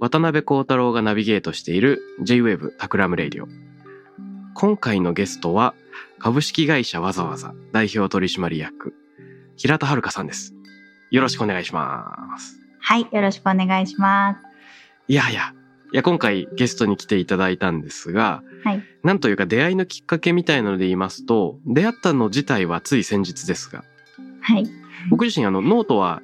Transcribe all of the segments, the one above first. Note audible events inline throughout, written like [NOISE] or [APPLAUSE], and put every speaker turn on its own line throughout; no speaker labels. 渡辺幸太郎がナビゲートしている J-Wave タクラムレイディオ。今回のゲストは株式会社わざわざ代表取締役平田遥さんです。よろしくお願いします。
はい、よろしくお願いします。
いやいや、いや今回ゲストに来ていただいたんですが、
はい
なんというか出会いのきっかけみたいなので言いますと、出会ったの自体はつい先日ですが、
はい。
僕自身あのノートは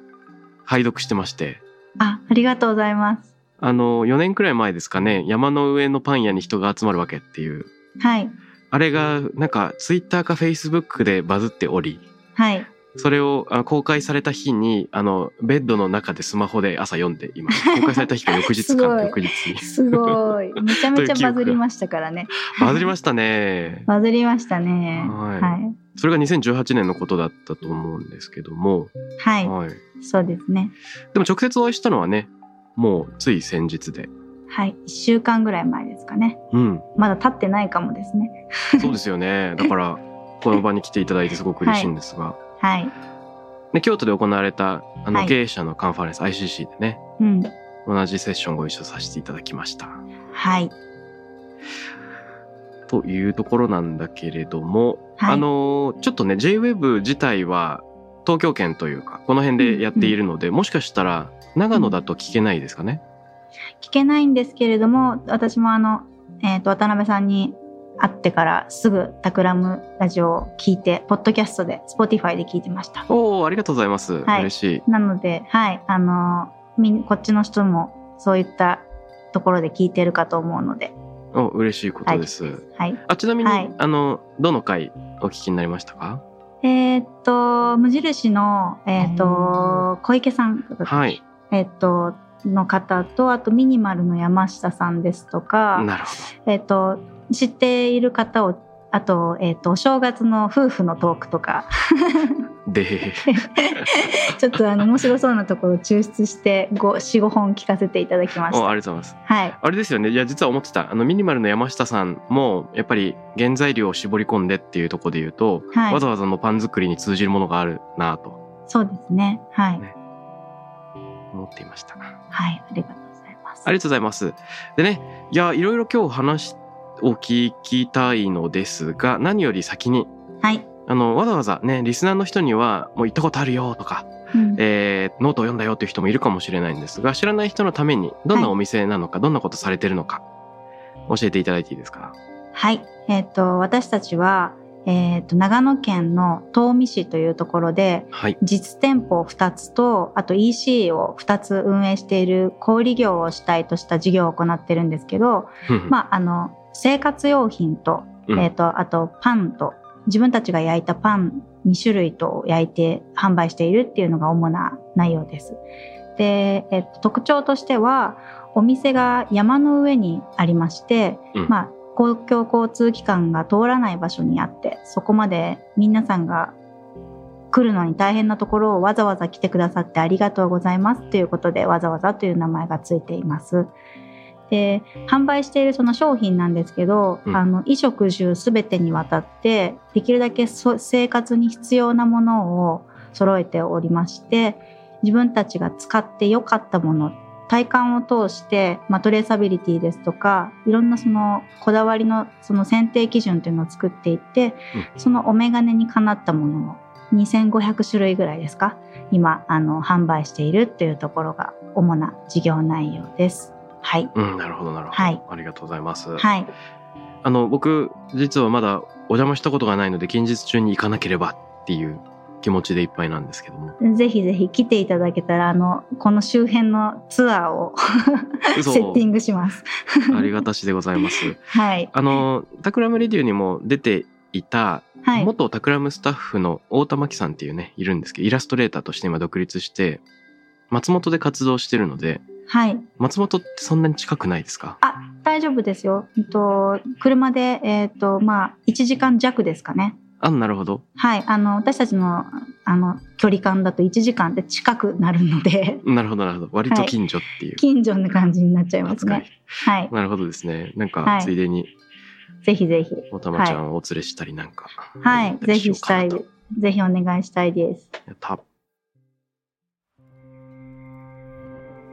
拝読してまして、
あ、ありがとうございます。
あの4年くらい前ですかね、山の上のパン屋に人が集まるわけっていう
はい。
あれがなんかツイッターかフェイスブックでバズっており、
はい。
それをあ公開された日に、あの、ベッドの中でスマホで朝読んでい
[LAUGHS]
ます。公開された日か翌日
すご
か、
い
翌日に。
すごい。 [LAUGHS] めちゃめち
という記憶が
ゃバズりましたからね。
バズりましたね。
バズりましたね。
は。
はい
それが2018年のことだったと思うんですけども、
い。はい。
はい。
そうですね。
でも直接お会いしたのはね、もうつい先日で。
はい。1週間ぐらい前ですかね。
うん。
まだ経ってないかもですね。
そうですよね。だから、この場に来ていただいてすごく嬉しいんですが、
はい。
ね京都で行われた、あの、
はい
経営者のカンファレンス、ICC でね、
うん。
同じセッションご一緒させていただきました。
はい。
というところなんだけれども、
はい
あのーちょっとね JWEB 自体は東京圏というかこの辺でやっているので、もしかしたら長野だと聞けないですかね。
聞けないんですけれども、私もあの、えっ、と、渡辺さんに会ってからすぐタクラムラジオを聞いて、ポッドキャストで、Spotify で聞いてました。
おおありがとうございます、
はい
嬉しい。
なので、はい、あのみんこっちの人もそういったところで聞いてるかと思うので、
お嬉しいことです。
はい、
あちなみに、
はい
あのどの回お聞きになりましたか。
えーっと無印のえーっと小池さん、
はい
えーっとの方とあとミニマルの山下さんですとか、
なるほ
えーっと知っている方をあとえーっとお正月の夫婦のトークとか [LAUGHS]
ど。で
ちょっとあの面白そうなところを抽出して45本聞かせていただきまし
[LAUGHS] お
た。
ありがとうございます。
はい、
あれですよねいや実は思ってたあのミニマルの山下さんもやっぱり原材料を絞り込んでっていうところで言うと、
はい
わざわざのパン作りに通じるものがあるなぁと
そうですね。はい、
思っていました。
はい、ありがとうございます。
ありがとうございます。でね、いや、いろいろ今日話を聞きたいのですが、何より先に、
はい。
あの、わざわざね、リスナーの人には、もう行ったことあるよとか、
うん
えーノートを読んだよっていう人もいるかもしれないんですが、知らない人のために、どんなお店なのか、どんなことされてるのか、教えていただいていいですか
はい。えっ、と、私たちは、えっ、と、長野県の東美市というところで、
はい。
実店舗を2つと、あと EC を2つ運営している小売業を主体とした事業を行ってるんですけど、まあ、あの、生活用品と、
うん
えっ、と、あとパンと、自分たちが焼いたパン2種類と焼いて販売しているっていうのが主な内容です。で、えっと特徴としては、お店が山の上にありまして、
うん
まあ、公共交通機関が通らない場所にあって、そこまで皆さんが来るのに大変なところをわざわざ来てくださってありがとうございますということで、わざわざという名前がついています。で、販売しているその商品なんですけど、
うん
あの、衣食住すべてにわたって、できるだけそ生活に必要なものを揃えておりまして、自分たちが使って良かったもの体感を通して、まあ、トレーサビリティですとかいろんなそのこだわりのその選定基準というのを作っていて、そのお眼鏡にかなったものを2500種類ぐらいですか今あの販売しているっていうところが主な事業内容です。はい、
うん、なるほど、なるほど。
はい
ありがとうございます。
はい、
あの、僕、実はまだお邪魔したことがないので、近日中に行かなければっていう気持ちでいっぱいなんですけど
[LAUGHS]
も。
ぜひぜひ来ていただけたら、あの、この周辺のツアーを [LAUGHS] セ
嘘
ッティングします。
ありがたしでございます。
はい。
あの、タクラムレディオにも出ていた、
はい。
元タクラムスタッフの太田真紀さんっていうね、いるんですけど、イラストレーターとして今独立して、松本で活動してるので、
はい。
松本ってそんなに近くないですか
大丈夫ですよ。えっと、車で、えっと、まあ、1時間弱ですかね。
あ、なるほど。、
はい。あの、私たちの、あの、距離感だと1時間で近くなるので [LAUGHS]
なるほど、なるほど。割と近所っていう
近所の感じになっちゃいます
扱い。
ね。はい。
なるほどですね。なん
は
か、
い
ついでに、
ぜひぜひ。
おたまちゃんをお連れしたりなんか。
はい
やっ。た
ぜ
りし
ひ
よう
し
か
た。
ないと
ぜひお願いしたいです。
やった。そ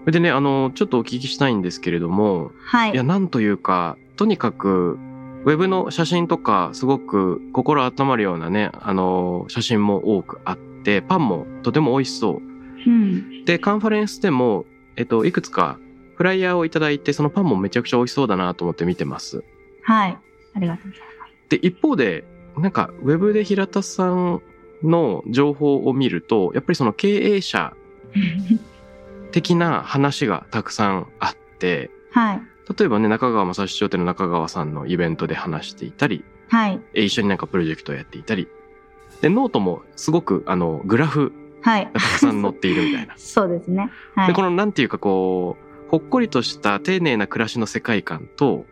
れでね、あの、ちょっとお聞きしたいんですけれども、
はい
や、
[LAUGHS] い。
なんというか、とにかく、ウェブの写真とか、すごく心温まるようなね、あの、写真も多くあって、パンもとても美味しそう。
うん。
で、カンファレンスでも、えっと、いくつか、フライヤーをいただいて、そのパンもめちゃくちゃ美味しそうだなと思って見てます。
はい。ありがとうございます。
で、一方で、なんか、ウェブで平田さんの情報を見ると、やっぱりその経営者的な話がたくさんあって、
はい。
例えばね、中川正史商店の中川さんのイベントで話していたり、
はい。
え一緒になんかプロジェクトをやっていたり、で、ノートもすごく、あの、グラフ
はい。
が。たくさん載っているみたいな
そうですね。 [LAUGHS] は
で、
い
こ。の、なんていうかこう、ほっこりとした丁寧な暮らしの世界観と、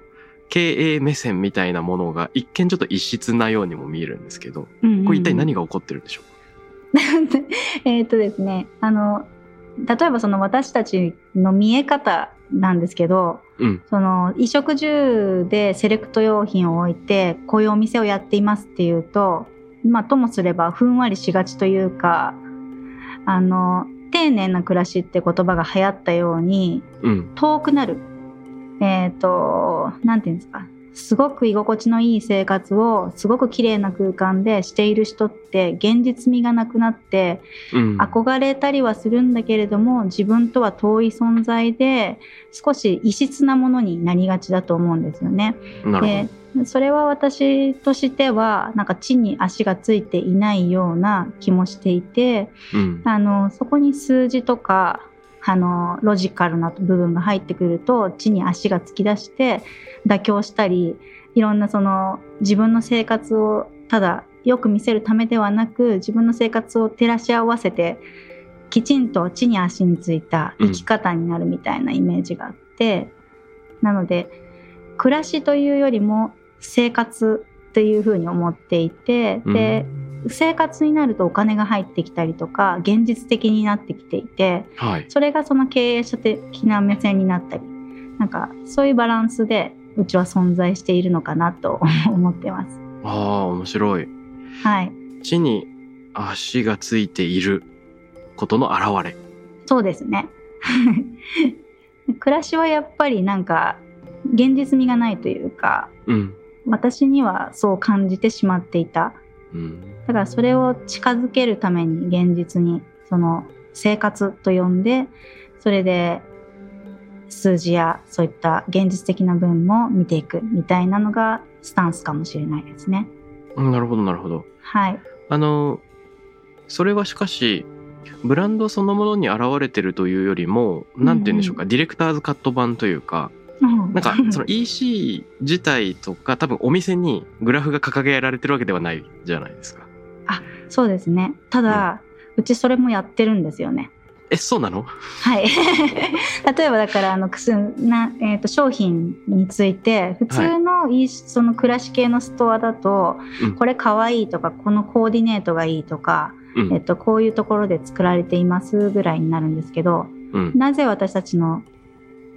経営目線みたいなものが一見ちょっと異質なようにも見えるんですけど、これ一体何が起こってるんでしょうか、
[LAUGHS] えーっとですね、あの、例えばその私たちの見え方なんですけど、
うん
その衣食住でセレクト用品を置いて、こういうお店をやっていますっていうと、まあ、ともすればふんわりしがちというか、あの、丁寧な暮らしって言葉が流行ったように、
うん。
遠くなる。えっ、と、なんていうんですか。すごく居心地のいい生活をすごく綺麗な空間でしている人って現実味がなくなって
うん。
憧れたりはするんだけれども自分とは遠い存在で少し異質なものになりがちだと思うんですよね。
なるほど。
でそれは私としてはなんか地に足がついていないような気もしていて
うん。
あのそこに数字とかあのロジカルな部分が入ってくると地に足が突き出して妥協したりいろんなその自分の生活をただよく見せるためではなく自分の生活を照らし合わせてきちんと地に足についた生き方になるみたいなイメージがあって、なので暮らしというよりも生活というふうに思っていて、で生活になるとお金が入ってきたりとか現実的になってきていて
はい。
それがその経営者的な目線になったりなんかそういうバランスでうちは存在しているのかなと [LAUGHS] 思ってます。
ああ、面白い。
はい
地に足がついていることの表れ。
そうですね [LAUGHS] 暮らしはやっぱりなんか現実味がないというか
うん。
私にはそう感じてしまっていた
うん。
だからそれを近づけるために現実にその生活と呼んでそれで数字やそういった現実的な分も見ていくみたいなのがスタンスかもしれないですね。
うんなるほど、なるほど。
はい、
あの、それはしかし、ブランドそのものに現れてるというよりも、なんて言うんでしょうか、ディレクターズカット版というか、なんか、その EC 自体とか、多分お店にグラフが掲げられてるわけではないじゃないですか。
そうですねただ、うちそれもやってるんですよね。
え、そうなの
はい、 [LAUGHS] 例えばだからあのくすな、えー、と商品について普通のいいその暮らし系のストアだと、
うん
これかわいいとかこのコーディネートがいいとか、
う
えっ
ん。
と、こういうところで作られていますぐらいになるんですけど
うん。
なぜ私たちの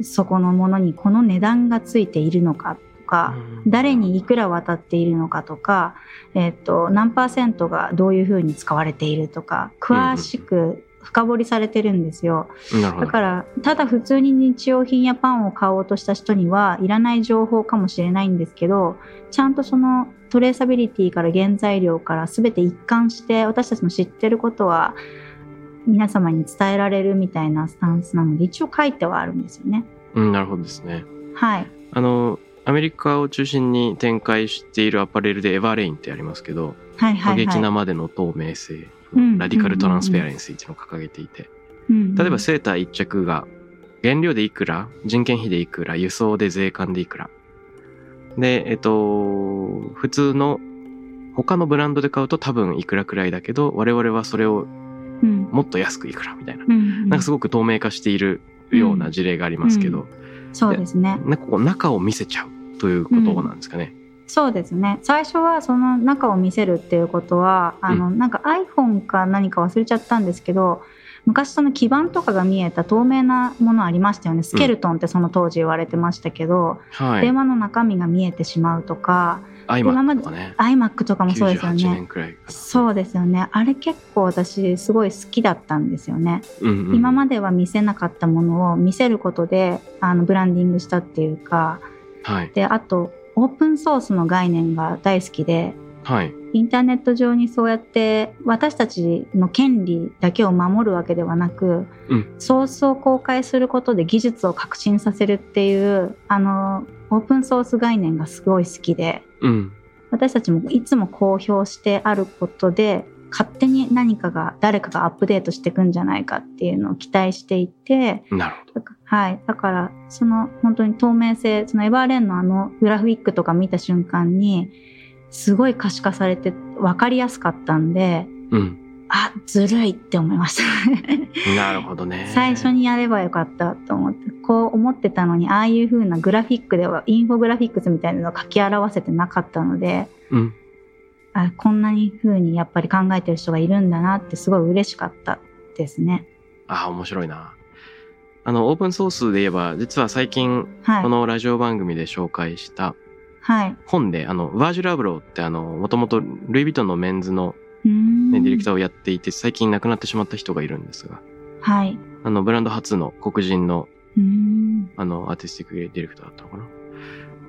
そこのものにこの値段がついているのかとか、誰にいくら渡っているのかとか、えっと、何パーセントがどういうふうに使われているとか詳しく深掘りされてるんですよ。
なるほ
だ
ど。
からただ普通に日用品やパンを買おうとした人にはいらない情報かもしれないんですけどちゃんとそのトレーサビリティから原材料から全て一貫して私たちの知ってることは皆様に伝えられるみたいなスタンスなので一応書いてはあるんですよね。
うん、なるほどですね。
はい、
あの、アメリカを中心に展開しているアパレルでエヴァレインってありますけど、
はいは
過
い、
激
は。
ないまでの透明性、
うん
ラディカルトランスペアレンスっていうのを掲げていて、
うん
例えばセーター一着が原料でいくら、人件費でいくら、輸送で税関でいくら。で、えっと、普通の他のブランドで買うと多分いくらくらいだけど、我々はそれを
うん
もっと安くいくらみたいな。
うん
なんかすごく透明化しているような事例がありますけど、
そうですね。
なんかこう中を見せちゃうということなんですかね。
そうですね最初はその中を見せるっていうことはあの、なんか iPhone か何か忘れちゃったんですけど昔その基板とかが見えた透明なものありましたよねスケルトンってその当時言われてましたけど、
はい
電。話の中身が見えてしまうとか
アイマ
今ま
ッ
で
クとかね。
iMac とかもそうですよ
98
ね
年くらいかな。
そうですよねあれ結構私すごい好きだったんですよね、
うんうん
今までは見せなかったものを見せることであのブランディングしたっていうか
はい。
であとオープンソースの概念が大好きで
はい。
インターネット上にそうやって私たちの権利だけを守るわけではなく、
うん
ソースを公開することで技術を革新させるっていうあのオープンソース概念がすごい好きで
うん。
私たちもいつも公表してあることで勝手に何かが誰かがアップデートしていくんじゃないかっていうのを期待していて、
なるほど。
だかはい、だからその本当に透明性そのエヴァーレンのあのグラフィックとか見た瞬間にすごい可視化されて分かりやすかったんで
うん。
あずるいって思いました、
なるほどね。
最初にやればよかったと思ってこう思ってたのにああいう風なグラフィックではインフォグラフィックスみたいなのを書き表せてなかったので
うん。
あこんなに風にやっぱり考えてる人がいるんだなってすごい嬉しかったですね。
ああ、面白いな。あの、オープンソースで言えば、実は最近、
はい
こ、のラジオ番組で紹介した
はい、
本で、あの、バージル・アブローって、あの、もともとルイ・ヴィトンのメンズの、
うーん
ね、ディレクターをやっていて、最近亡くなってしまった人がいるんですが、
はい、
あの、ブランド初の黒人の、
うーん
あの、アーティスティックディレクターだったのかな。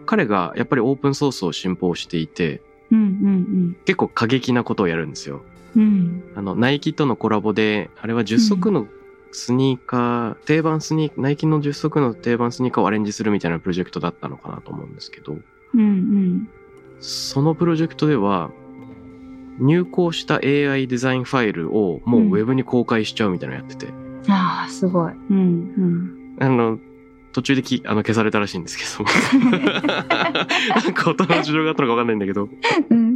彼が、やっぱりオープンソースを信奉していて、
うんうん
結構過激なことをやるんですよ。
うんうん
あの、ナイキとのコラボで、あれは10足のスニーカー、定番スニーナイキの10足の定番スニーカーをアレンジするみたいなプロジェクトだったのかなと思うんですけど、
うんうん
そのプロジェクトでは、入稿した AI デザインファイルをもうウェブに公開しちゃうみたいなのやってて、
ああすごい。うん
あの、途中できあの消されたらしいんですけど、なんか音の事情があったのかわかんないんだけど、
うん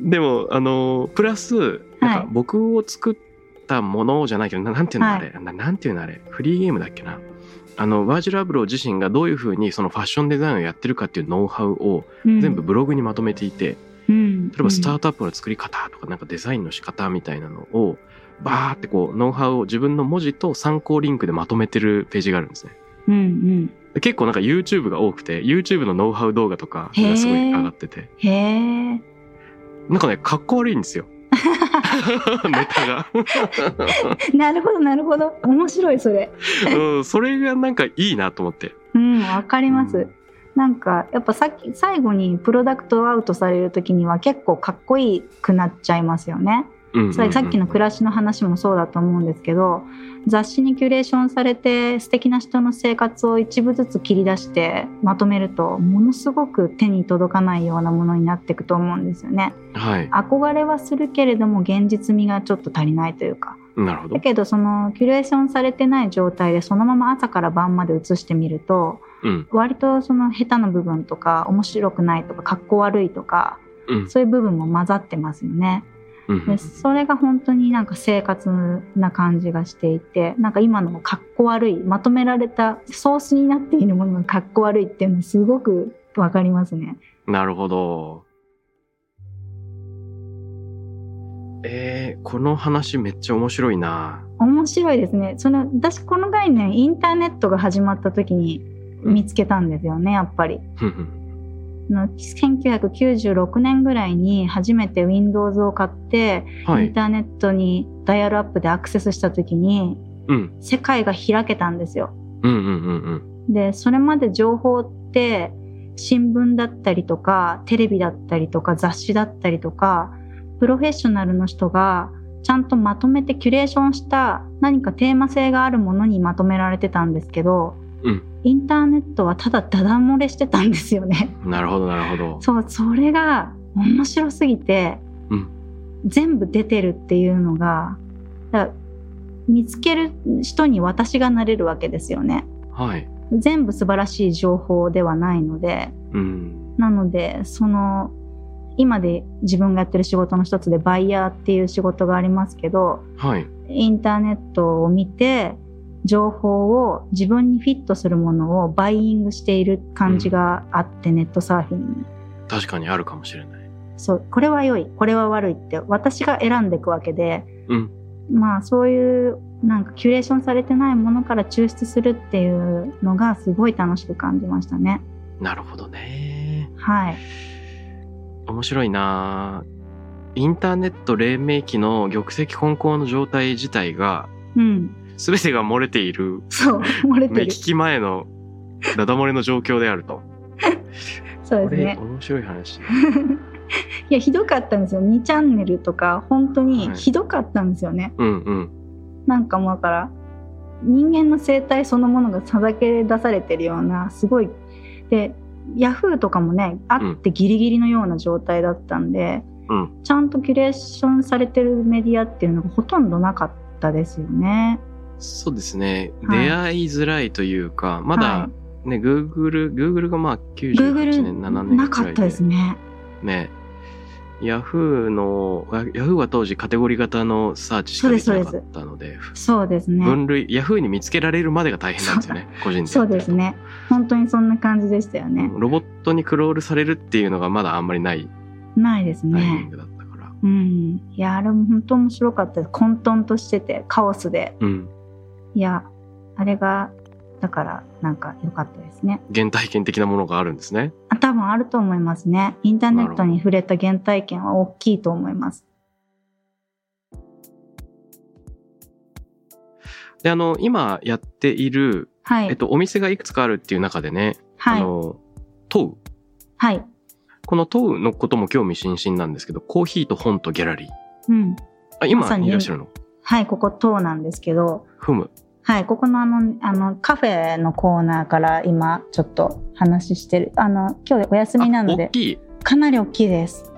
でも、あの、プラス、なんか僕を作ったものじゃないけど、ななんていうの
はい
あれ、ななんていうのあれ、フリーゲームだっけな。あの、ワージル・アブロー自身がどういうふうにそのファッションデザインをやってるかっていうノウハウを
うん。
全部ブログにまとめていて、
うん。
例えばスタートアップの作り方とかなんかデザインの仕方みたいなのを、バーってこう、ノウハウを自分の文字と参考リンクでまとめてるページがあるんですね。
うんうん。
で結構なんか YouTube が多くて、YouTube のノウハウ動画とかがすごい上がってて、
へえ。
なんかね、かっこ悪いんです
[LAUGHS]
よ。ネタが。
なるほどなるほど。面白いそれ。
うん、それがなんかいいなと思って。
うんわかります。
うん
なんかやっぱさっき最後にプロダクトアウトされる時には結構かっこいいくなっちゃいますよね。
うんうんうん
ささっきの暮らしの話もそうだと思うんですけど雑誌にキュレーションされて素敵な人の生活を一部ずつ切り出してまとめるとものすごく手に届かないようなものになっていくと思うんですよね。
はい。
憧れはするけれども現実味がちょっと足りないというか
なるほど
だ。けどそのキュレーションされてない状態でそのまま朝から晩まで写してみると
うん。
割とその下手な部分とか面白くないとかかっこ悪いとか
うん。
そういう部分も混ざってますよね。
うん
でそれが本当になんか生活な感じがしていてなんか今のかっこ悪いまとめられたソースになっているものがかっこ悪いっていうのはすごくわかりますね。
なるほど。えー、この話めっちゃ面白いな。
面白いですねその私この概念インターネットが始まった時に見つけたんですよねやっぱり。
ふんふん
あの1996年ぐらいに初めて Windows を買って、
は
イン
い。
ターネットにダイヤルアップでアクセスした時に
うん。
世界が開けたんですよ。
うんうんうんうん。
でそれまで情報って新聞だったりとかテレビだったりとか雑誌だったりとかプロフェッショナルの人がちゃんとまとめてキュレーションした何かテーマ性があるものにまとめられてたんですけど
うん
インターネットはただダダ漏れしてたんですよね。 [LAUGHS]
なるほど、なるほど。
そうそれが面白すぎて、
うん
全部出てるっていうのがだから見つける人に私がなれるわけですよね
はい。
全部素晴らしい情報ではないので
うん。
なのでその今で自分がやってる仕事の一つでバイヤーっていう仕事がありますけど
はい。
インターネットを見て情報を自分にフィットするものをバイイングしている感じがあって、ネットサーフィンに
確かにあるかもしれない。
そうこれは良いこれは悪いって私が選んでいくわけで
うん。
まあそういうなんかキュレーションされてないものから抽出するっていうのがすごい楽しく感じましたね。
なるほどね。
はい、
面白いなインターネット黎明期の玉石混交の状態自体が、
うん、
全てが漏れている、
そう漏れ
目
て
利
る
き前のダダ漏れの状況であると。
そう
こ
です
れ、
ね。
面白い話。
いやひどかったんですよ2チャンネルとか本当にひどかったんですよね。
うんうん。
なんかもうだから人間の生態そのものがさらけ出されてるようなすごいでヤフーとかもねあってギリギリのような状態だったんで、
うん
ちゃんとキュレーションされてるメディアっていうのがほとんどなかったですよね。
そうですね。
はい
出会いづらいというか、ま
は
だ
い、
ね、Google、Google がまあ
Google
98年、7年
な
く
からっ
い
た
で
ですね。
ね。ヤフーの、ヤフーは当時カテゴリー型のサーチしか
そう
で
です
きなかったので、
そうですね。
分類、ヤフーに見つけられるまでが大変なんですよね、個人で。
そうです。ね。本当にそんな感じでしたよね。
ロボットにクロールされるっていうのがまだあんまりない
ないです
タイミン
ね。
グだったから。
うん。いや、あれも本当面白かったです。混沌としてて、カオスで。
うん。
いや、あれが、だから、なんか良かったですね。
原体験的なものがあるんですね。
あ多分あると思いますね。インターネットに触れた原体験は大きいと思います。
で、あの、今やっている、
はい。
えっと、お店がいくつかあるっていう中でね、
は
あ
い。
の、トウ。
はい。
このトウのことも興味津々なんですけど、コーヒーと本とギャラリー。
うん。
あ、今
まさに
いらっしゃるの
はい、ここ、塔なんですけど、
ふむ。
はい、ここのあの、あの、カフェのコーナーから今、ちょっと話してる。あの、今日お休みなの
あ、大
で、
きい。
かなり大きいです。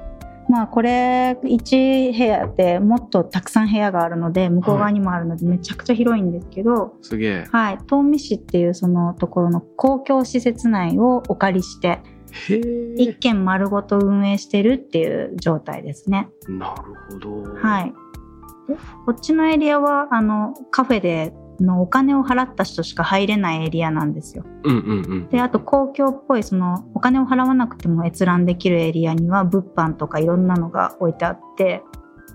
まあ、これ、1部屋でもっとたくさん部屋があるので、向こう側にもあるので、めちゃくちゃ広いんですけど、
すげえ。
はい、東美市っていうそのところの公共施設内をお借りして
へ
一
え。
軒丸ごと運営してるっていう状態ですね。
なるほど。
はい、こっちのエリアはあのカフェでのお金を払った人しか入れないエリアなんですよ。
うんうんうん。
であと公共っぽいそのお金を払わなくても閲覧できるエリアには物販とかいろんなのが置いてあって、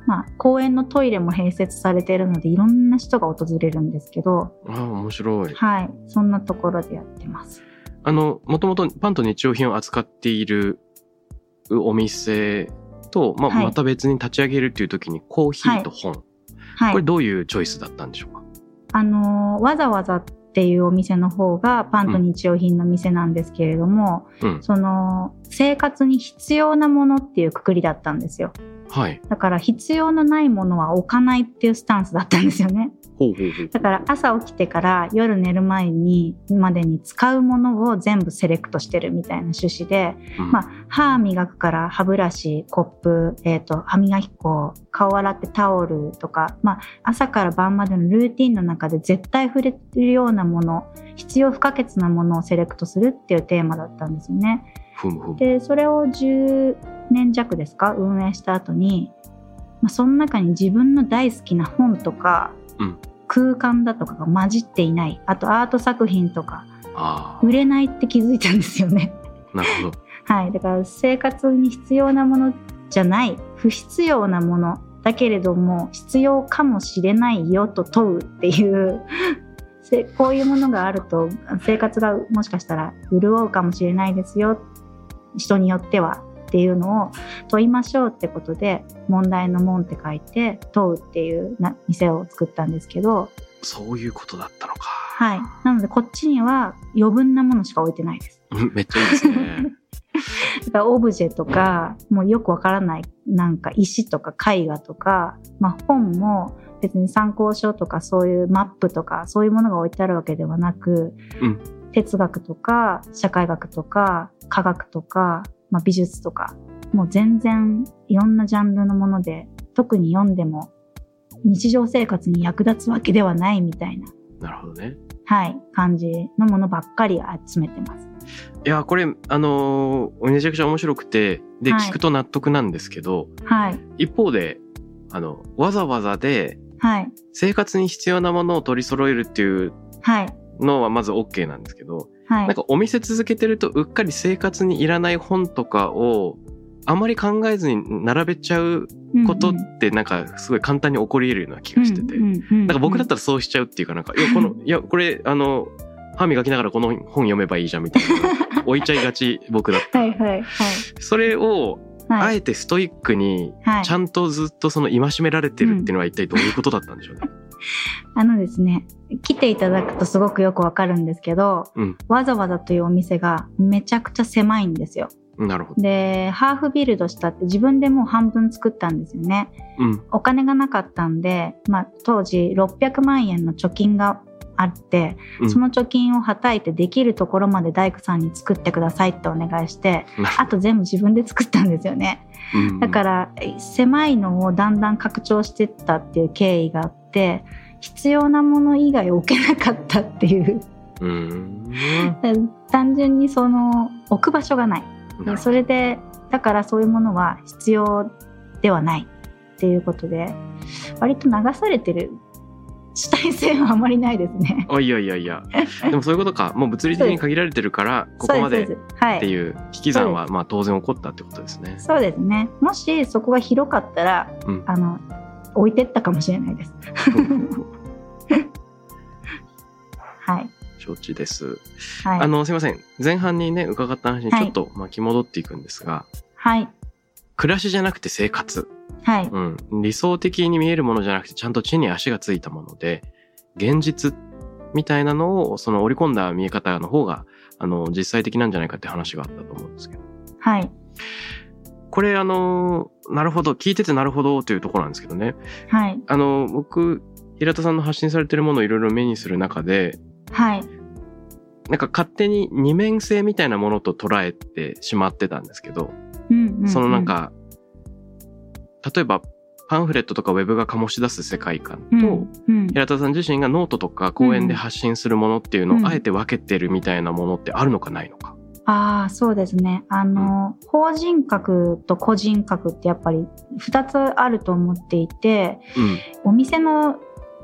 まあ、公園のトイレも併設されているのでいろんな人が訪れるんですけど、
ああ、面白い。
はい、そんなところでやってます。
あの、もともとパンと日用品を扱っているお店と、まあ、
はい
また別に立ち上げるっていう時にコーヒーと本。
はい、
これどういうチョイスだったんでしょうか
あのーわざわざっていうお店の方がパンと日用品の店なんですけれども、
うん。
その生活に必要なものっていうくくりだったんですよ
はい。
だから必要のないものは置かないっていうスタンスだったんですよね
ほうほうほう。
だから朝起きてから夜寝る前にまでに使うものを全部セレクトしてるみたいな趣旨で、
うん
まあ、歯磨くから歯ブラシコップ、えー、と歯磨き粉顔洗ってタオルとか、まあ、朝から晩までのルーティンの中で絶対触れてるようなもの必要不可欠なものをセレクトするっていうテーマだったんですよね。
ふむふむ。
でそれを10年弱ですか運営した後に、まあ、その中に自分の大好きな本とか、
うん
空間だとかが混じっていないあとアート作品とか
あ
売れないって気づいたんですよね。
あ、なるほど。
はい、だから生活に必要なものじゃない不必要なものだけれども必要かもしれないよと問うっていう [LAUGHS] せこういうものがあると生活がもしかしたら潤うかもしれないですよ人によってはっていうのを問いましょうってことで問題の門って書いて問うっていうな店を作ったんですけど、
そういうことだったのか。 [LAUGHS]
はい、なのでこっちには余分なものしか置いてないです。
うんめっちゃいいです
[LAUGHS]
ね。
だからオブジェとか、もうよくわからない、なんか石とか絵画とか、まあ本も別に参考書とかそういうマップとかそういうものが置いてあるわけではなく、
うん
哲学とか社会学とか科学とか、まあ、美術とかもう全然いろんなジャンルのもので特に読んでも日常生活に役立つわけではないみたいな、
なるほどね。
はい、感じのものばっかり集めてます。
いや、これ、あのーめちゃくちゃ面白くて、で、
はい
聞くと納得なんですけど、
はい、
一方で、あの、わざわざで
はい、
生活に必要なものを取り揃えるっていう
はい、
のはまず OK なんですけど、
はい。
なんかお店続けてるとうっかり生活にいらない本とかをあまり考えずに並べちゃうこと
う
っ
んうん
てなんかすごい簡単に起こり得るような気がしてて、なんか僕だったらそうしちゃうっていうかなんか、いや、この、いや、これ、あの、歯磨きながらこの本読めばいいじゃんみたいな置いちゃいがち僕だった
は
ら
いはいはい
それをあ
はい
えてストイックに
はい
ちゃんとずっとその戒められてるっていうのは一体どういうことだったんでしょうね。
あのですね来ていただくとすごくよくわかるんですけど、
うん
わざわざというお店がめちゃくちゃ狭いんですよ
なるほど。
でハーフビルドしたって自分でもう半分作ったんですよね
うん。
お金がなかったんで、まあ、当時600万円の貯金があって、
うん
その貯金をはたいてできるところまで大工さんに作ってくださいってお願いして
なる
あと全部自分で作ったんですよね
うん
だから狭いのをだんだん拡張してったっていう経緯があって必要なもの以外置けなかったっていう [LAUGHS]
うん。
だ単純にその置く場所がない
なるほど
でそれでだからそういうものは必要ではないっていうことで割と流されてる主体性はあまりないですね。
あいやいやいやでもそういうこと
[LAUGHS]
かもう物理的に限られてるからここま
そう
で
で
っ
すそうですは
て
い
いう引き算はまあ当然起こったってことですね。
そうですねもしそこが広かったら、
うん
あの置いてったかもしれない
[LAUGHS]
です。はい、
承知です。
はい
あのすいません前半にね伺った話にちょっと巻き戻っていくんですが、
はい。
暮らしじゃなくて生活、
はい。
うん、理想的に見えるものじゃなくてちゃんと地に足がついたもので現実みたいなのをその織り込んだ見え方の方があの実際的なんじゃないかって話があったと思うんですけど
はい。
これあのなるほど聞いててなるほどというところなんですけどね
はい。
あの僕平田さんの発信されてるものをいろいろ目にする中で
はい。
なんか勝手に二面性みたいなものと捉えてしまってたんですけど、
うんうん、うん。
そのなん、か例えばパンフレットとかウェブが醸し出す世界観
う
と、
ん。うん。
平田さん自身がノートとか講演で発信するものっていうの
うん
をあえて分けてるみたいなものってあるのかないのか。
ああ、そうですね。あの、法人格と個人格ってやっぱり二つあると思っていて、お店の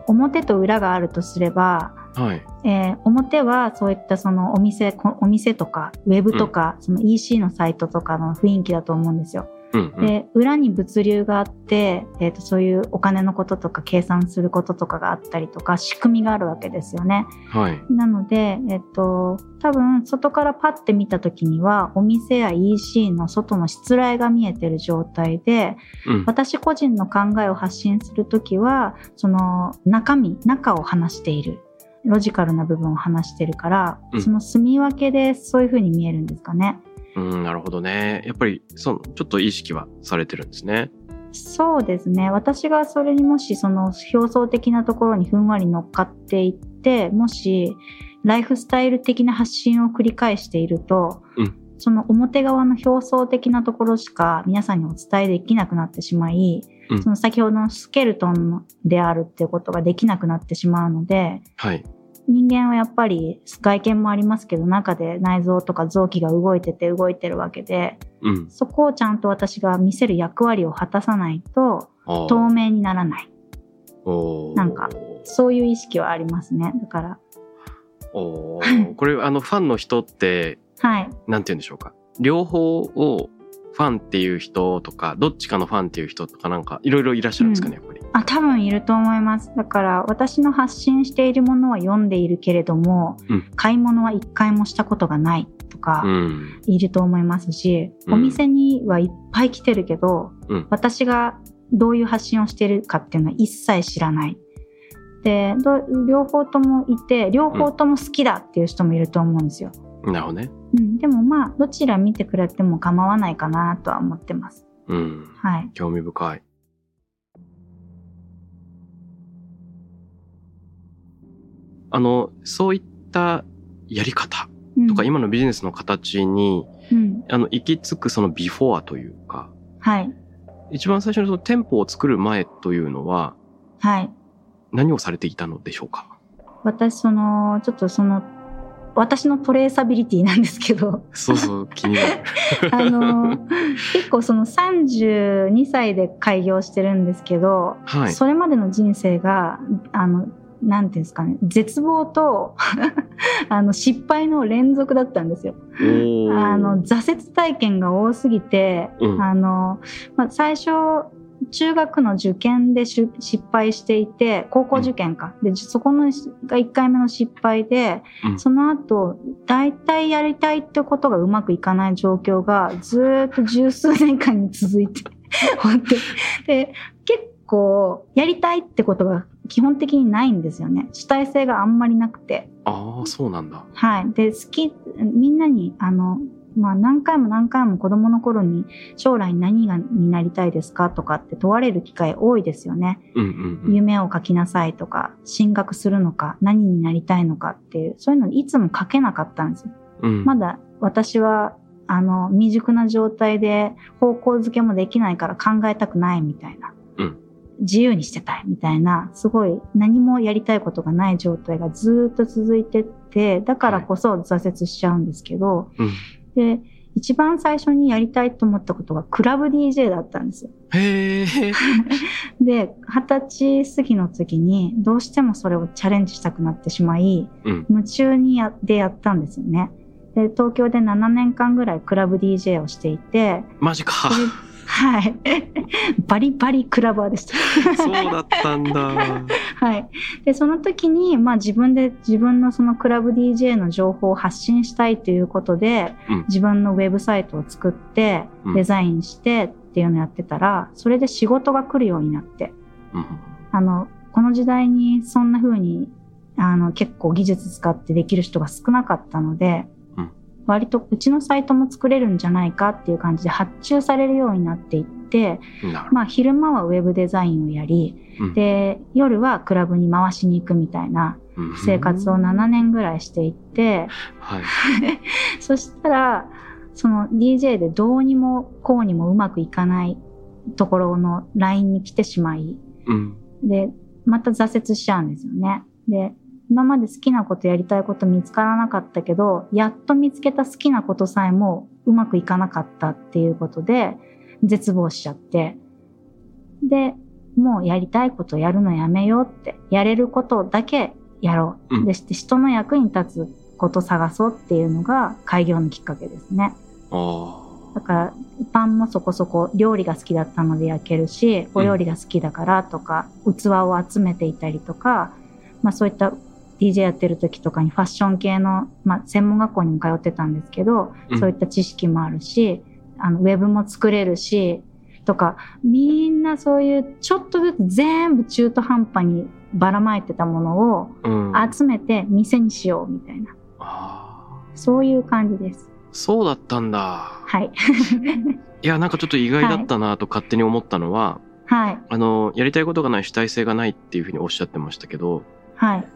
表と裏があるとすれば、
うん、はい。
えー表はそういったそのお店こお店とかウェブとか、その EC のサイトとかの雰囲気だと思うんですよ。
うん、うん。
で裏に物流があって、えー、とそういうお金のこととか計算することとかがあったりとか仕組みがあるわけですよね。
はい。
なので、えっと、多分外からパッて見た時にはお店や EC の外の失礼が見えてる状態で
うん。
私個人の考えを発信する時はその中身中を話しているロジカルな部分を話してるから、
うん
その住み分けでそういう風に見えるんですかね。
うん、なるほどね。やっぱり、そう、ちょっと意識はされてるんですね。
そうですね私がそれにもしその表層的なところにふんわり乗っかっていってもしライフスタイル的な発信を繰り返していると、
うん
その表側の表層的なところしか皆さんにお伝えできなくなってしまい、
うん
その先ほどのスケルトンであるっていうことができなくなってしまうので
はい。
人間はやっぱり外見もありますけど中で内臓とか臓器が動いてて動いてるわけで
うん。
そこをちゃんと私が見せる役割を果たさないと
あ
透明にならない
おー
なんかそういう意識はありますねだから
おーこれ、あの、ファンの人って、
はい
なんて言うんでしょうか。両方を、ファンっていう人とか、どっちかのファンっていう人とか、なんか、いろいろいらっしゃるんですかね、やっぱり。
あ多分いると思いますだから私の発信しているものは読んでいるけれども、
うん
買い物は一回もしたことがないとか、
うん。
いると思いますし、
うん
お店にはいっぱい来てるけど、
うん
私がどういう発信をしてるかっていうのは一切知らない。でど両方ともいて両方とも好きだっていう人もいると思うんですよ。
なるほどね。
うん、でもまあどちら見てくれても構わないかなとは思ってます。
うん。
はい。
興味深い。あの、そういったやり方
うん
とか、今のビジネスの形に、
うん、
あの、行き着くそのビフォアというか、
はい
一番最初のその店舗を作る前というのは、
はい
何をされていたのでしょうか
私そのちょっとその私のトレーサビリティなんですけど
[LAUGHS] そうそう、気にな
[LAUGHS]
る。
あの結構その32歳で開業してるんですけど、
はい。
それまでの人生があのなんていうんですかね絶望と [LAUGHS] あの失敗の連続だったんですよ。
おー
あの、挫折体験が多すぎて、
うん
あのまあ、最初中学の受験でしゅ失敗していて高校受験か、でそこのしが1回目の失敗で、
うん
その後大体やりたいってことがうまくいかない状況がずーっと十数年間に続いて [LAUGHS] 本当にで結構やりたいってことが基本的にないんですよね主体性があんまりなくて。
ああ、そうなんだ。
はい。で、好き、みんなに、あの、まあ、何回も何回も子供の頃に将来何がになりたいですかとかって問われる機会多いですよね。
うんうん
夢を書きなさいとか、進学するのか、何になりたいのかっていう、そういうのいつも書けなかったんですよ。
うん。うん、
まだ私は、あの、未熟な状態で方向づけもできないから考えたくないみたいな。
うん
自由にしてたいみたいな、すごい何もやりたいことがない状態がずーっと続いてって、だからこそ挫折しちゃうんですけど、
うん
で、一番最初にやりたいと思ったことがクラブ DJ だったんですよ。
へえ。
で、二十歳過ぎの時にどうしてもそれをチャレンジしたくなってしまい、
うん
夢中にやでやったんですよね。で、東京で7年間ぐらいクラブ DJ をしていて、
マジ
[LAUGHS]
か。
それはい。 [LAUGHS] バリバリクラバーでした。
そうだったんだ。
はい。で、その時に、まあ自分で自分のそのクラブ DJ の情報を発信したいということで、
うん
自分のウェブサイトを作って
うん、
デザインしてっていうのをやってたら、それで仕事が来るようになって、
うん
あの、この時代にそんな風に、あの、結構技術使ってできる人が少なかったので、
うん
割とうちのサイトも作れるんじゃないかっていう感じで発注されるようになっていって、
なるほ
まあ昼間はウェブデザインをやり、
どうん
で、夜はクラブに回しに行くみたいな
うん
生活を7年ぐらいしていって、
はい。
そしたら、その DJ でどうにもこうにもうまくいかないところのラインに来てしまい、
うん。
で、また挫折しちゃうんですよね。で、今まで好きなことやりたいこと見つからなかったけど、やっと見つけた好きなことさえもうまくいかなかったっていうことで、絶望しちゃって。で、もうやりたいことやるのやめようって、やれることだけやろう。
うん
でして、人の役に立つこと探そうっていうのが開業のきっかけですね。
あ
だからパンもそこそこ料理が好きだったので焼けるしお料理が好きだからとか、器を集めていたりとか、まあ、そういった DJ やってる時とかにファッション系の、まあ、専門学校にも通ってたんですけど、
うん
そういった知識もあるしあのウェブも作れるしとかみんなそういうちょっとずつ全部中途半端にばらまいてたものを
あ。うん。あ
集めて店にしようみたいな
あ。
そういう感じです。
そうだったんだ。
はい、 [LAUGHS]
いや、なんかちょっと意外だったなと勝手に思ったのは、
はい、
あの、やりたいことがない主体性がないっていうふうにおっしゃってましたけど、
はい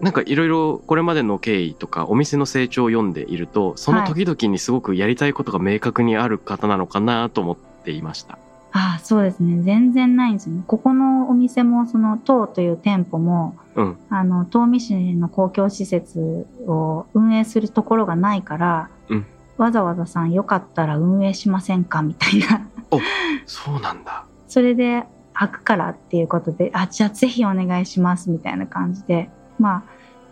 なんかいろいろこれまでの経緯とかお店の成長を読んでいると、その時々にすごくやりたいことが明確にある方なのかなと思っていました。
ああそうですね全然ないんですよねここのお店もその当という店舗も
うん。
あの東見市の公共施設を運営するところがないから、
うん
わざわざさんよかったら運営しませんかみたいな
そうなんだ。
それで開くからっていうことであじゃあぜひお願いしますみたいな感じでまあ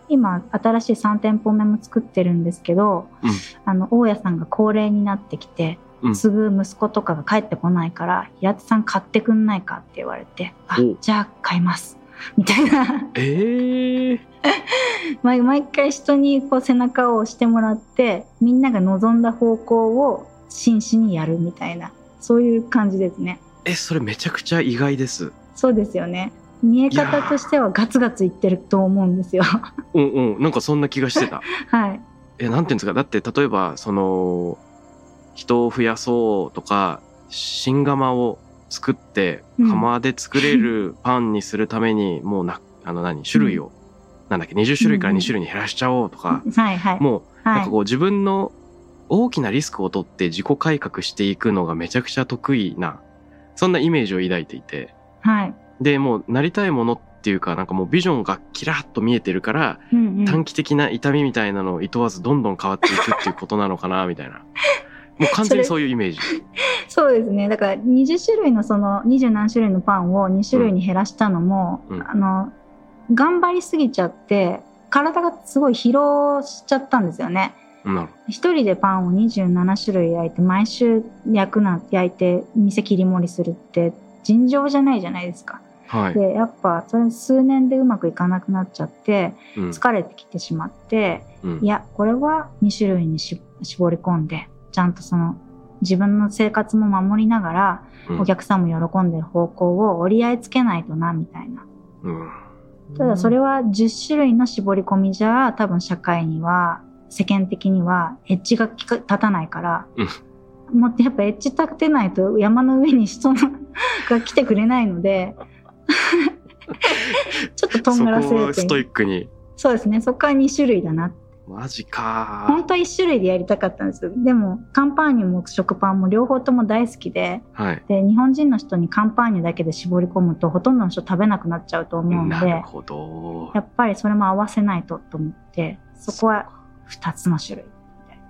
今新しい3店舗目も作ってるんですけど、
うん
あの大家さんが高齢になってきて、
うん
すぐ息子とかが帰ってこないから平手さん買ってくんないかって言われてあ
お
じゃあ買いますみたいな [LAUGHS]
ええ
毎毎回人にこう背中を押してもらってみんなが望んだ方向を真摯にやるみたいなそういう感じですね
え、それめちゃくちゃ意外です。
そうですよね見え
いや
方
ー
としてはガツガツいってると思うんですよ [LAUGHS] は
うんうん。なんかそんな気がしてた。
い
[LAUGHS] え、なんていうんですか。だって例えば、その、人を増やそうとか、新釜を作って、
うん
釜で作れるパンにするために、もうな、あの何、種類をなんだっけ、20種類から
うん
2種類に減らしちゃおうとか、
はいはい。
もう、なん
は
か
い
こう自分の大きなリスクを取って自己改革していくのがめちゃくちゃ得意な、そんなイメージを抱いていて、
はい。
で、もうなりたいものっていうか、なんかもうビジョンがキラッと見えてるから、
うんうん
短期的な痛みみたいなのを厭わずどんどん変わっていくっていうことなのかな、みたいな。もう完全にそういうイメージ。
そうですね。だから20種類のその20何種類のパンを2種類に減らしたのも、
うん
あの頑張りすぎちゃって体がすごい疲労しちゃったんですよね。
うんなる
一人でパンを27種類焼いて毎週焼くな焼いて店切り盛りするって尋常じゃないじゃないですか。
ほど。はい。
でやっぱそれ数年でうまくいかなくなっちゃって
うん
疲れてきてしまって、
うん
いやこれは2種類にし絞り込んでちゃんとその自分の生活も守りながら
うん
お客さんも喜んでる方向を折り合いつけないとなみたいな
うん
ただそれは10種類の絞り込みじゃ多分社会には世間的にはエッジが効か立たないから、もっとやっぱエッジ立てないと山の上に人のが来てくれないので
[LAUGHS]
ちょっととん
そ
がら
こを
せ
ストイ
て
ックに。
そうですねそこから2種類だな
マジかー
本当は1種類でやりたかったんですよでもカンパーニュも食パンも両方とも大好きで
はい。
で日本人の人にカンパーニュだけで絞り込むとほとんどの人食べなくなっちゃうと思うんで
なるほど。
やっぱりそれも合わせないとと思ってそこは2つの種類みたいな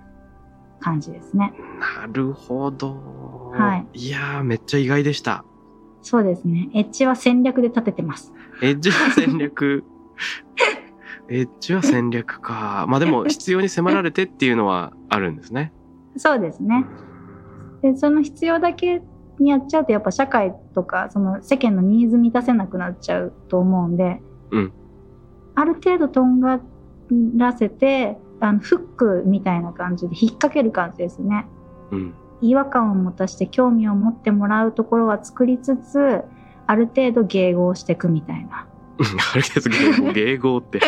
感じですね
なるほど。。
はい
いやー、めっちゃ意外でした。
そうですねエッジは戦略で立ててます
エッジは戦
[LAUGHS]
略。エッジは戦略か。まあでも、必要に迫られてっていうのはあるんですね。
そうですねでその必要だけにやっちゃうとやっぱ社会とかその世間のニーズ満たせなくなっちゃうと思うんで、
うん
ある程度とんがらせてあのフックみたいな感じで引っ掛ける感じですね
うん。
違和感を持たして興味を持ってもらうところは作りつつある程度迎合していくみたいな
あれです、迎合、迎合って。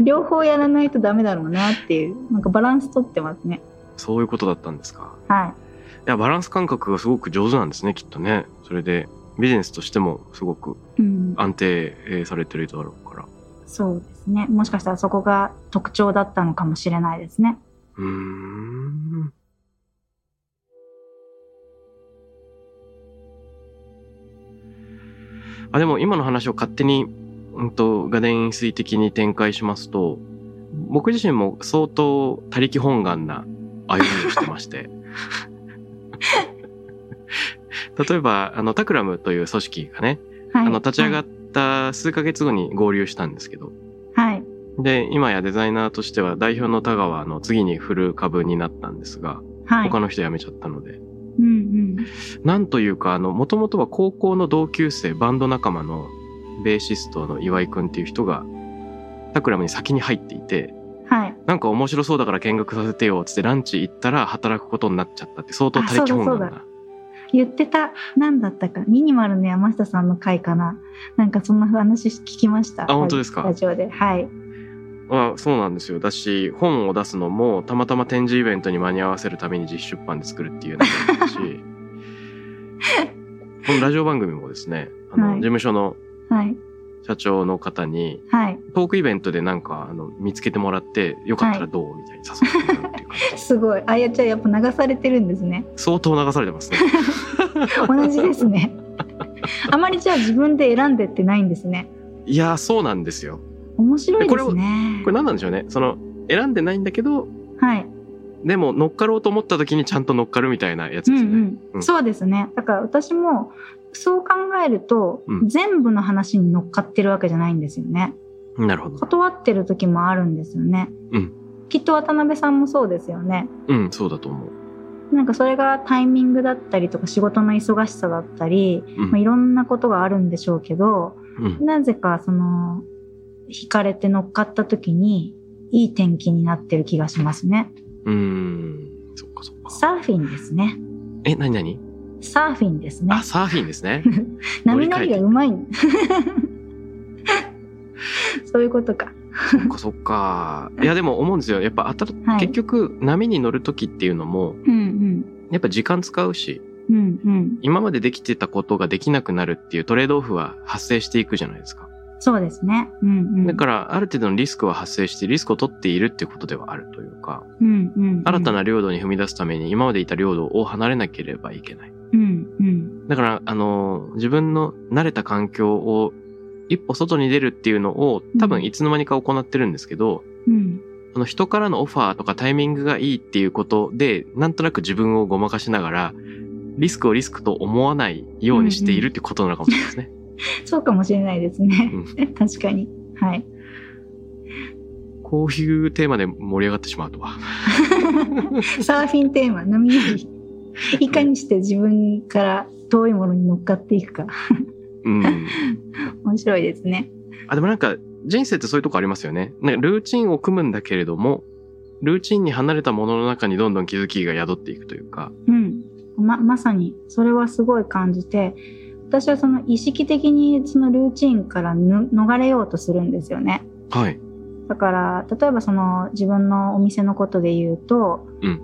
両方やらないとダメだろうなっていうなんかバランス取ってますね
そういうことだったんですか。
はい
や、バランス感覚がすごく上手なんですね、きっとね。それで、ビジネスとしてもすごく
い、うん、
安定えーされてるだろうから。
そうですねもしかしたらそこが特徴だったのかもしれないですね
うーん。あでも今の話を勝手に、うんと、画伝飲水的に展開しますと、僕自身も相当他力本願な歩みをしてま
[LAUGHS]
して。例えば、あの、タクラムという組織がね、
はい
あの、立ち上が
っ
った数ヶ月後に合流したんですけど、
はい、はい
で、今やデザイナーとしては代表の田川の次に振る株になったんですが、
はい
他の人辞めちゃったので。
うんうん
なんというか、あの、もともとは高校の同級生、バンド仲間のベーシストの岩井くんっていう人が、タクラムに先に入っていて、
はい
なんか面白そうだから見学させてよ、つってランチ行ったら働くことになっちゃったって相当大気本願
あそうだそ
な。
言ってた何だったかミニマルの山下さんの回かななんかそんな話聞きました
あ本当ですか
ラジオではい
あそうなんですよ。だし、本を出すのも、たまたま展示イベントに間に合わせるために実出版で作るっていうのもあるし、
[LAUGHS]
このラジオ番組もですね、あの、
はい
事務所の
はい
社長の方に、
はい
トークイベントでなんか、あの、見つけてもらって、よかったらどう、みたいに誘ってもらうっていう感じで
すごいあやちゃんやっぱ流されてるんですね [LAUGHS]
相当流されてますね。
同じです
[LAUGHS]
ねあまりじゃあ自分で選んでってないんですね
いやー、そうなんですよ。
面白いです
こ
ね
れ何なんでしょうね。その、選んでないんだけど、
はい
でも乗っかろうと思った時にちゃんと乗っかるみたいなやつ
う
で
ん
すよね。
う
うんん
そうですねだから私もそう考えると、
うん
全部の話に乗っかってるわけじゃないんですよね
なるほど。
断ってる時もあるんですよね、
うん
きっと渡辺さんもそうですよね
うん、そうだと思う。
なんかそれがタイミングだったりとか仕事の忙しさだったり、
うん
まあ、いろんなことがあるんでしょうけど
うん、
なぜかその惹かれて乗っかった時にいい転機になってる気がしますね
うーん、そっかそっか。
サーフィンですね
え、なになに
サーフィンですね
あ、サーフィンです
[LAUGHS]
ね。
波乗りがうまい [LAUGHS] そういうことか
そっかそっか。いや、でも思うんですよ。やっぱ、あた、
はい
結局、波に乗る時っていうのも、
うん
やっぱ時間使うし、
うんうんうん
今までできてたことができなくなるっていうトレードオフは発生していくじゃないですか。
そうですね。うんうん。
だから、ある程度のリスクは発生して、リスクを取っているっていうことではあるというか、
うんうんうん、
新たな領土に踏み出すために、今までいた領土を離れなければいけない。
うんうん
だから、あの、自分の慣れた環境を、一歩外に出るっていうのを、多
うん
分いつの間にか行ってるんですけど、
うん
あの人からのオファーとかタイミングがいいっていうことで、なんとなく自分をごまかしながら、リスクをリスクと思わないようにしているってことなのかもしれないですね。 [LAUGHS]
そうかもしれないですね。 [LAUGHS] 確かに。はい。
こういうテーマで盛り上がってしまうとは。
サーフィンテーマ、波より。いかにして自分から遠いものに乗っかっていくか。
うん。
面白いですね。
あ、でもなんか人生ってそういうとこありますよね。なんかルーチンを組むんだけれども、ルーチンに離れたものの中にどんどん気づきが宿っていくというか。
うん。ま、まさに、それはすごい感じて、私はその意識的にそのルーチンからぬ逃れようとするんですよね。
はい。
だから、例えばその自分のお店のことで言うと、
うん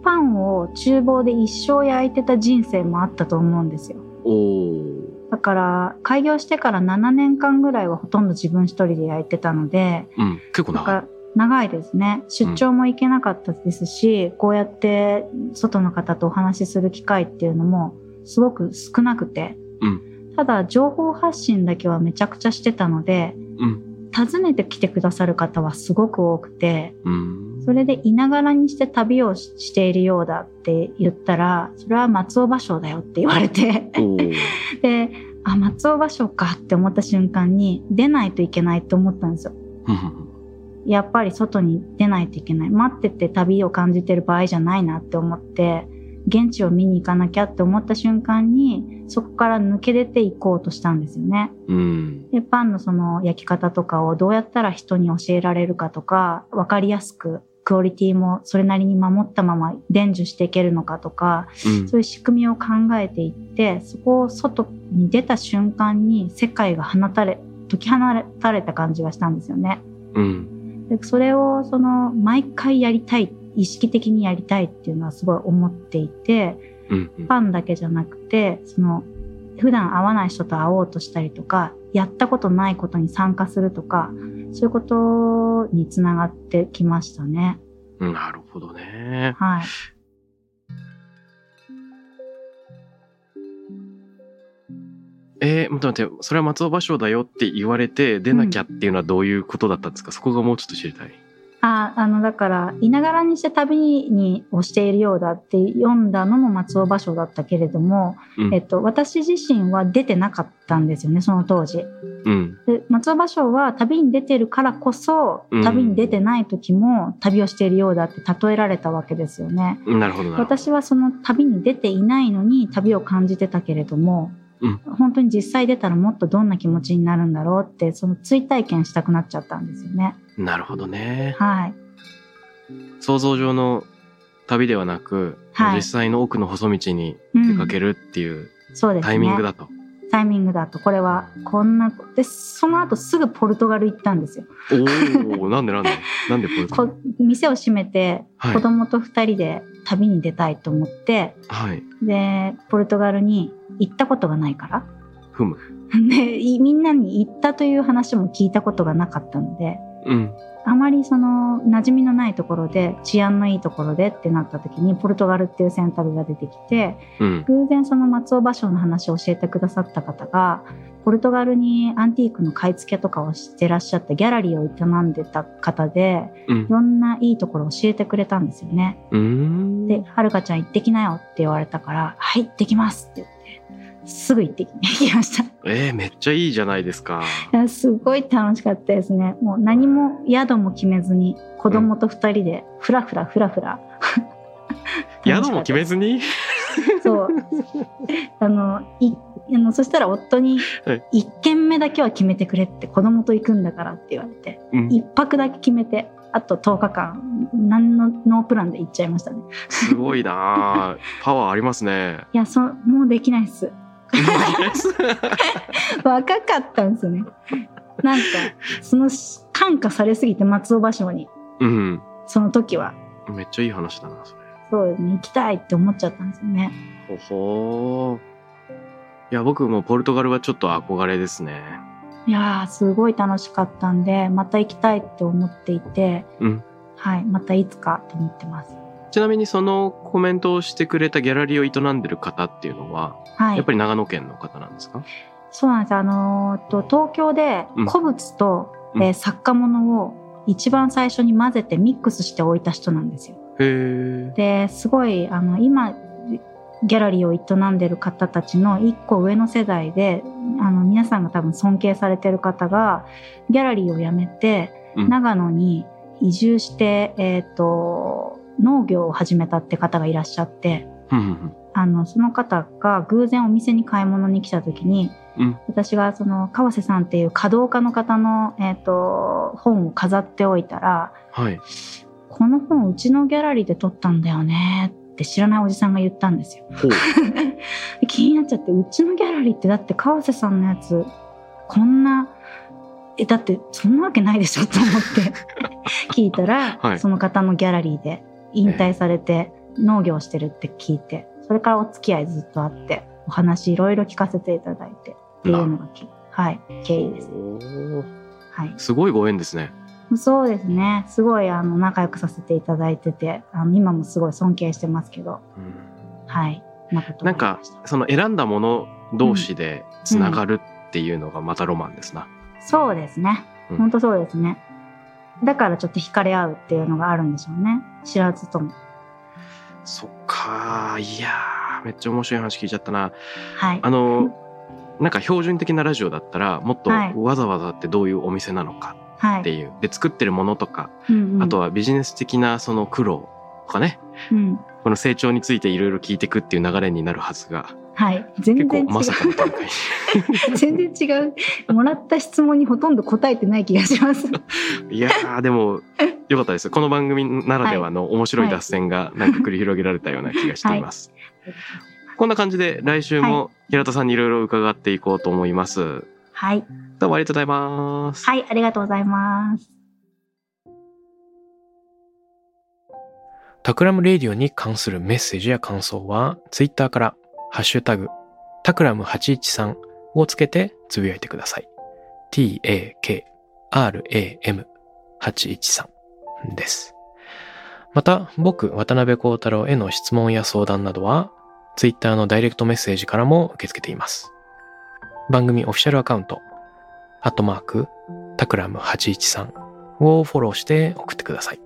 パンを厨房で一生焼いてた人生もあったと思うんですよ。
おー。
だから開業してから7年間ぐらいはほとんど自分一人で焼いてたので
うん。結構
なん
長い。
か長いですね出張も行けなかったですし、こうやって外の方とお話しする機会っていうのもすごく少なくて、
う
ただ情報発信だけはめちゃくちゃしてたので
うん。
訪ねてきてくださる方はすごく多くて
うん。
それでいながらにして旅をししているようだって言ったらそれは松尾芭蕉だよって言われて。 [LAUGHS]
おー。
であ松尾芭蕉かって思った瞬間に出ないといけないって思ったんですよ
ふんふんふん
やっぱり外に出ないといけない待ってて旅を感じてる場合じゃないなって思って現地を見に行かなきゃって思った瞬間にそこから抜け出ていこうとしたんですよね
うん。
でパンのその焼き方とかをどうやったら人に教えられるかとか分かりやすくクオリティもそれなりに守ったまま伝授していけるのかとか
うん
そういう仕組みを考えていってそこを外に出た瞬間に世界が放たれ解き放たれた感じがしたんですよね。
うん。
でそれをその毎回やりたい意識的にやりたいっていうのはすごい思っていて
うん。うん
ファンだけじゃなくてその普段会わない人と会おうとしたりとかやったことないことに参加するとかそういうことにつながってきましたね。
なるほどね。
はい、
えー、待って待って、それは松尾芭蕉だよって言われて出なきゃっていうのはどういうことだったんですか、そこがもうちょっと知りたい。
ああのだから「いながらにして旅にをしているようだ」って読んだのも松尾芭蕉だったけれども、
うん
えっと、私自身は出てなかったんですよねその当時。
うん。
で松尾芭蕉は旅に出てるからこそ
うん
旅に出てない時も旅をしているようだって例えられたわけですよね。
なるほどなるほど。
私はその旅に出ていないのに旅を感じてたけれども、
うん
本当に実際出たらもっとどんな気持ちになるんだろうってその追体験したくなっちゃったんですよね。
なるほどね。
はい、
想像上の旅ではなく、
はい
実際の奥の細道に
うん
出かけるっていう
そうですね
タイミングだと。
タイミングだとこれはこんなでその後すぐポルトガル行ったんですよ
おお、なんでなんでなんでこういうこ
こと店を閉めて
はい
子供と2人で旅に出たいと思って、
はい。
でポルトガルに行ったことがないから [LAUGHS]
ふむ。
でいみんなに行ったという話も聞いたことがなかったので
うん。
あまりその馴染みのないところで治安のいいところでってなった時にポルトガルっていう選択が出てきて
うん。
偶然その松尾芭蕉の話を教えてくださった方がポルトガルにアンティークの買い付けとかをしてらっしゃったギャラリーを営んでた方で
うん
い。ろんないいところを教えてくれたんですよね。
うーん。
で「はるかちゃん行ってきなよ」って言われたから「はい行ってきます」って言ってすぐ行ってきました。い
えー、めっちゃいいじゃないです
[LAUGHS]
か。
やすごい楽しかったですね。もう何も宿も決めずに子供と二人でふらふらふらふら。
[LAUGHS] 宿も決めず
[LAUGHS]
に [LAUGHS]
そう。あの、い、あの、そしたら夫に
はい、
一軒目だけは決めてくれって、子供と行くんだからって言われて、
うん
一泊だけ決めて、あと10日間、何の、ノープランで行っちゃいましたね。
すごいなあパワーあります
[LAUGHS]
ね。
いや、そ、もうできないっす。 [LAUGHS] 若かったんですよね。なんか、その、感化されすぎて、松尾芭蕉に、
うん。
その時は。
めっちゃいい話だな、それ。
そうですね、行きたいって思っちゃったんですよね。
ほほー。いや、僕もポルトガルはちょっと憧れですね。
いやーすごい楽しかったんでまた行きたいって思っていて、
うん
はい、またいつかと思ってます。
ちなみにそのコメントをしてくれたギャラリーを営んでる方っていうのは、
はい、
やっぱり長野県の方なんですか
そうなんです。あのーと東京で
うん
古物と、
うん
えー作家物を一番最初に混ぜてミックスして置いた人なんですよ。
へえ。
ですごいあの今ギャラリーを営んでる方たちの一個上の世代であの皆さんが多分尊敬されてる方がギャラリーを辞めて、
うん
長野に移住して、えー、と農業を始めたって方がいらっしゃって。
うんうん
あのその方が偶然お店に買い物に来た時に、
うん
私がその川瀬さんっていう華道家の方の、えー、と本を飾っておいたら
はい。
「この本うちのギャラリーで撮ったんだよね」って知らないおじさんが言ったんですよ。
ほう。
で [LAUGHS] 気になっちゃってうちのギャラリーってだって川瀬さんのやつこんなえだってそんなわけないでしょと思って [LAUGHS] 聞いたら、
はい
その方のギャラリーで引退されて農業してるって聞いてそれからお付き合いずっとあってお話いろいろ聞かせていただいてっていうのがき、はい、経緯です。
おー
はい
すごいご縁ですね。
そうですねすごいあの仲良くさせていただいててあの今もすごい尊敬してますけど
うん
はいなこと
な
があ
ん
りま
か
した、
その選んだもの同士でつながるっていうのがまたロマンですな。
そうですね。
うん
本当そうですね。だからちょっと惹かれ合うっていうのがあるんでしょうね。知らずとも。
そっかー。いやー、めっちゃ面白い話聞いちゃったな。
はい。
あの、なんか標準的なラジオだったら、もっと
はい
わざわざってどういうお店なのか
は
って
い。
いう。で、作ってるものとか、
うんうん
あとはビジネス的なその苦労とかね、
うん。
この成長についていろいろ聞いていくっていう流れになるはずが、
はい。全
結
然違
構
う。
まさかの展開に。
[LAUGHS] 全然違う。もらった質問にほとんど答えてない気が
[LAUGHS]
します。
いやー、で [LAUGHS] も、よかったです。この番組ならではの面白い脱線がなんか繰り広げられたような気がしています。こんな感じで来週も平田さんにいろいろ伺っていこうと思います。
はい。
どうもありがとうございます。
はい。ありがとうございます。
タクラムレディオに関するメッセージや感想は、ツイッターから、ハッシュタグ、タクラム813をつけてつぶやいてください。t-a-k-r-a-m813 です。また、僕、渡辺幸太郎への質問や相談などは、ツイッターのダイレクトメッセージからも受け付けています。番組オフィシャルアカウント、アットマーク、タクラム813をフォローして送ってください。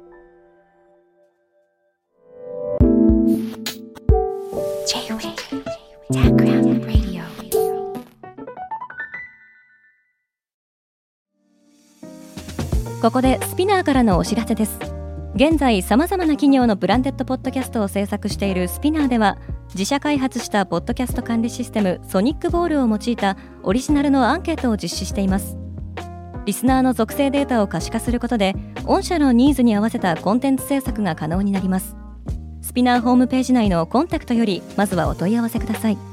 J-Wave. Background Radio.
Podcast ここでスピナーからのお知らせです現在さまざまな企業のブランデッドポッドキャストを制作しているスピナーでは自社開発したポッドキャスト管理システムソニックボールを用いたオリジナルのアンケートを実施していますリスナーの属性データを可視化することで御社のニーズに合わせたコンテンツ制作が可能になりますスピナーホームページ内のコンタクトよりまずはお問い合わせください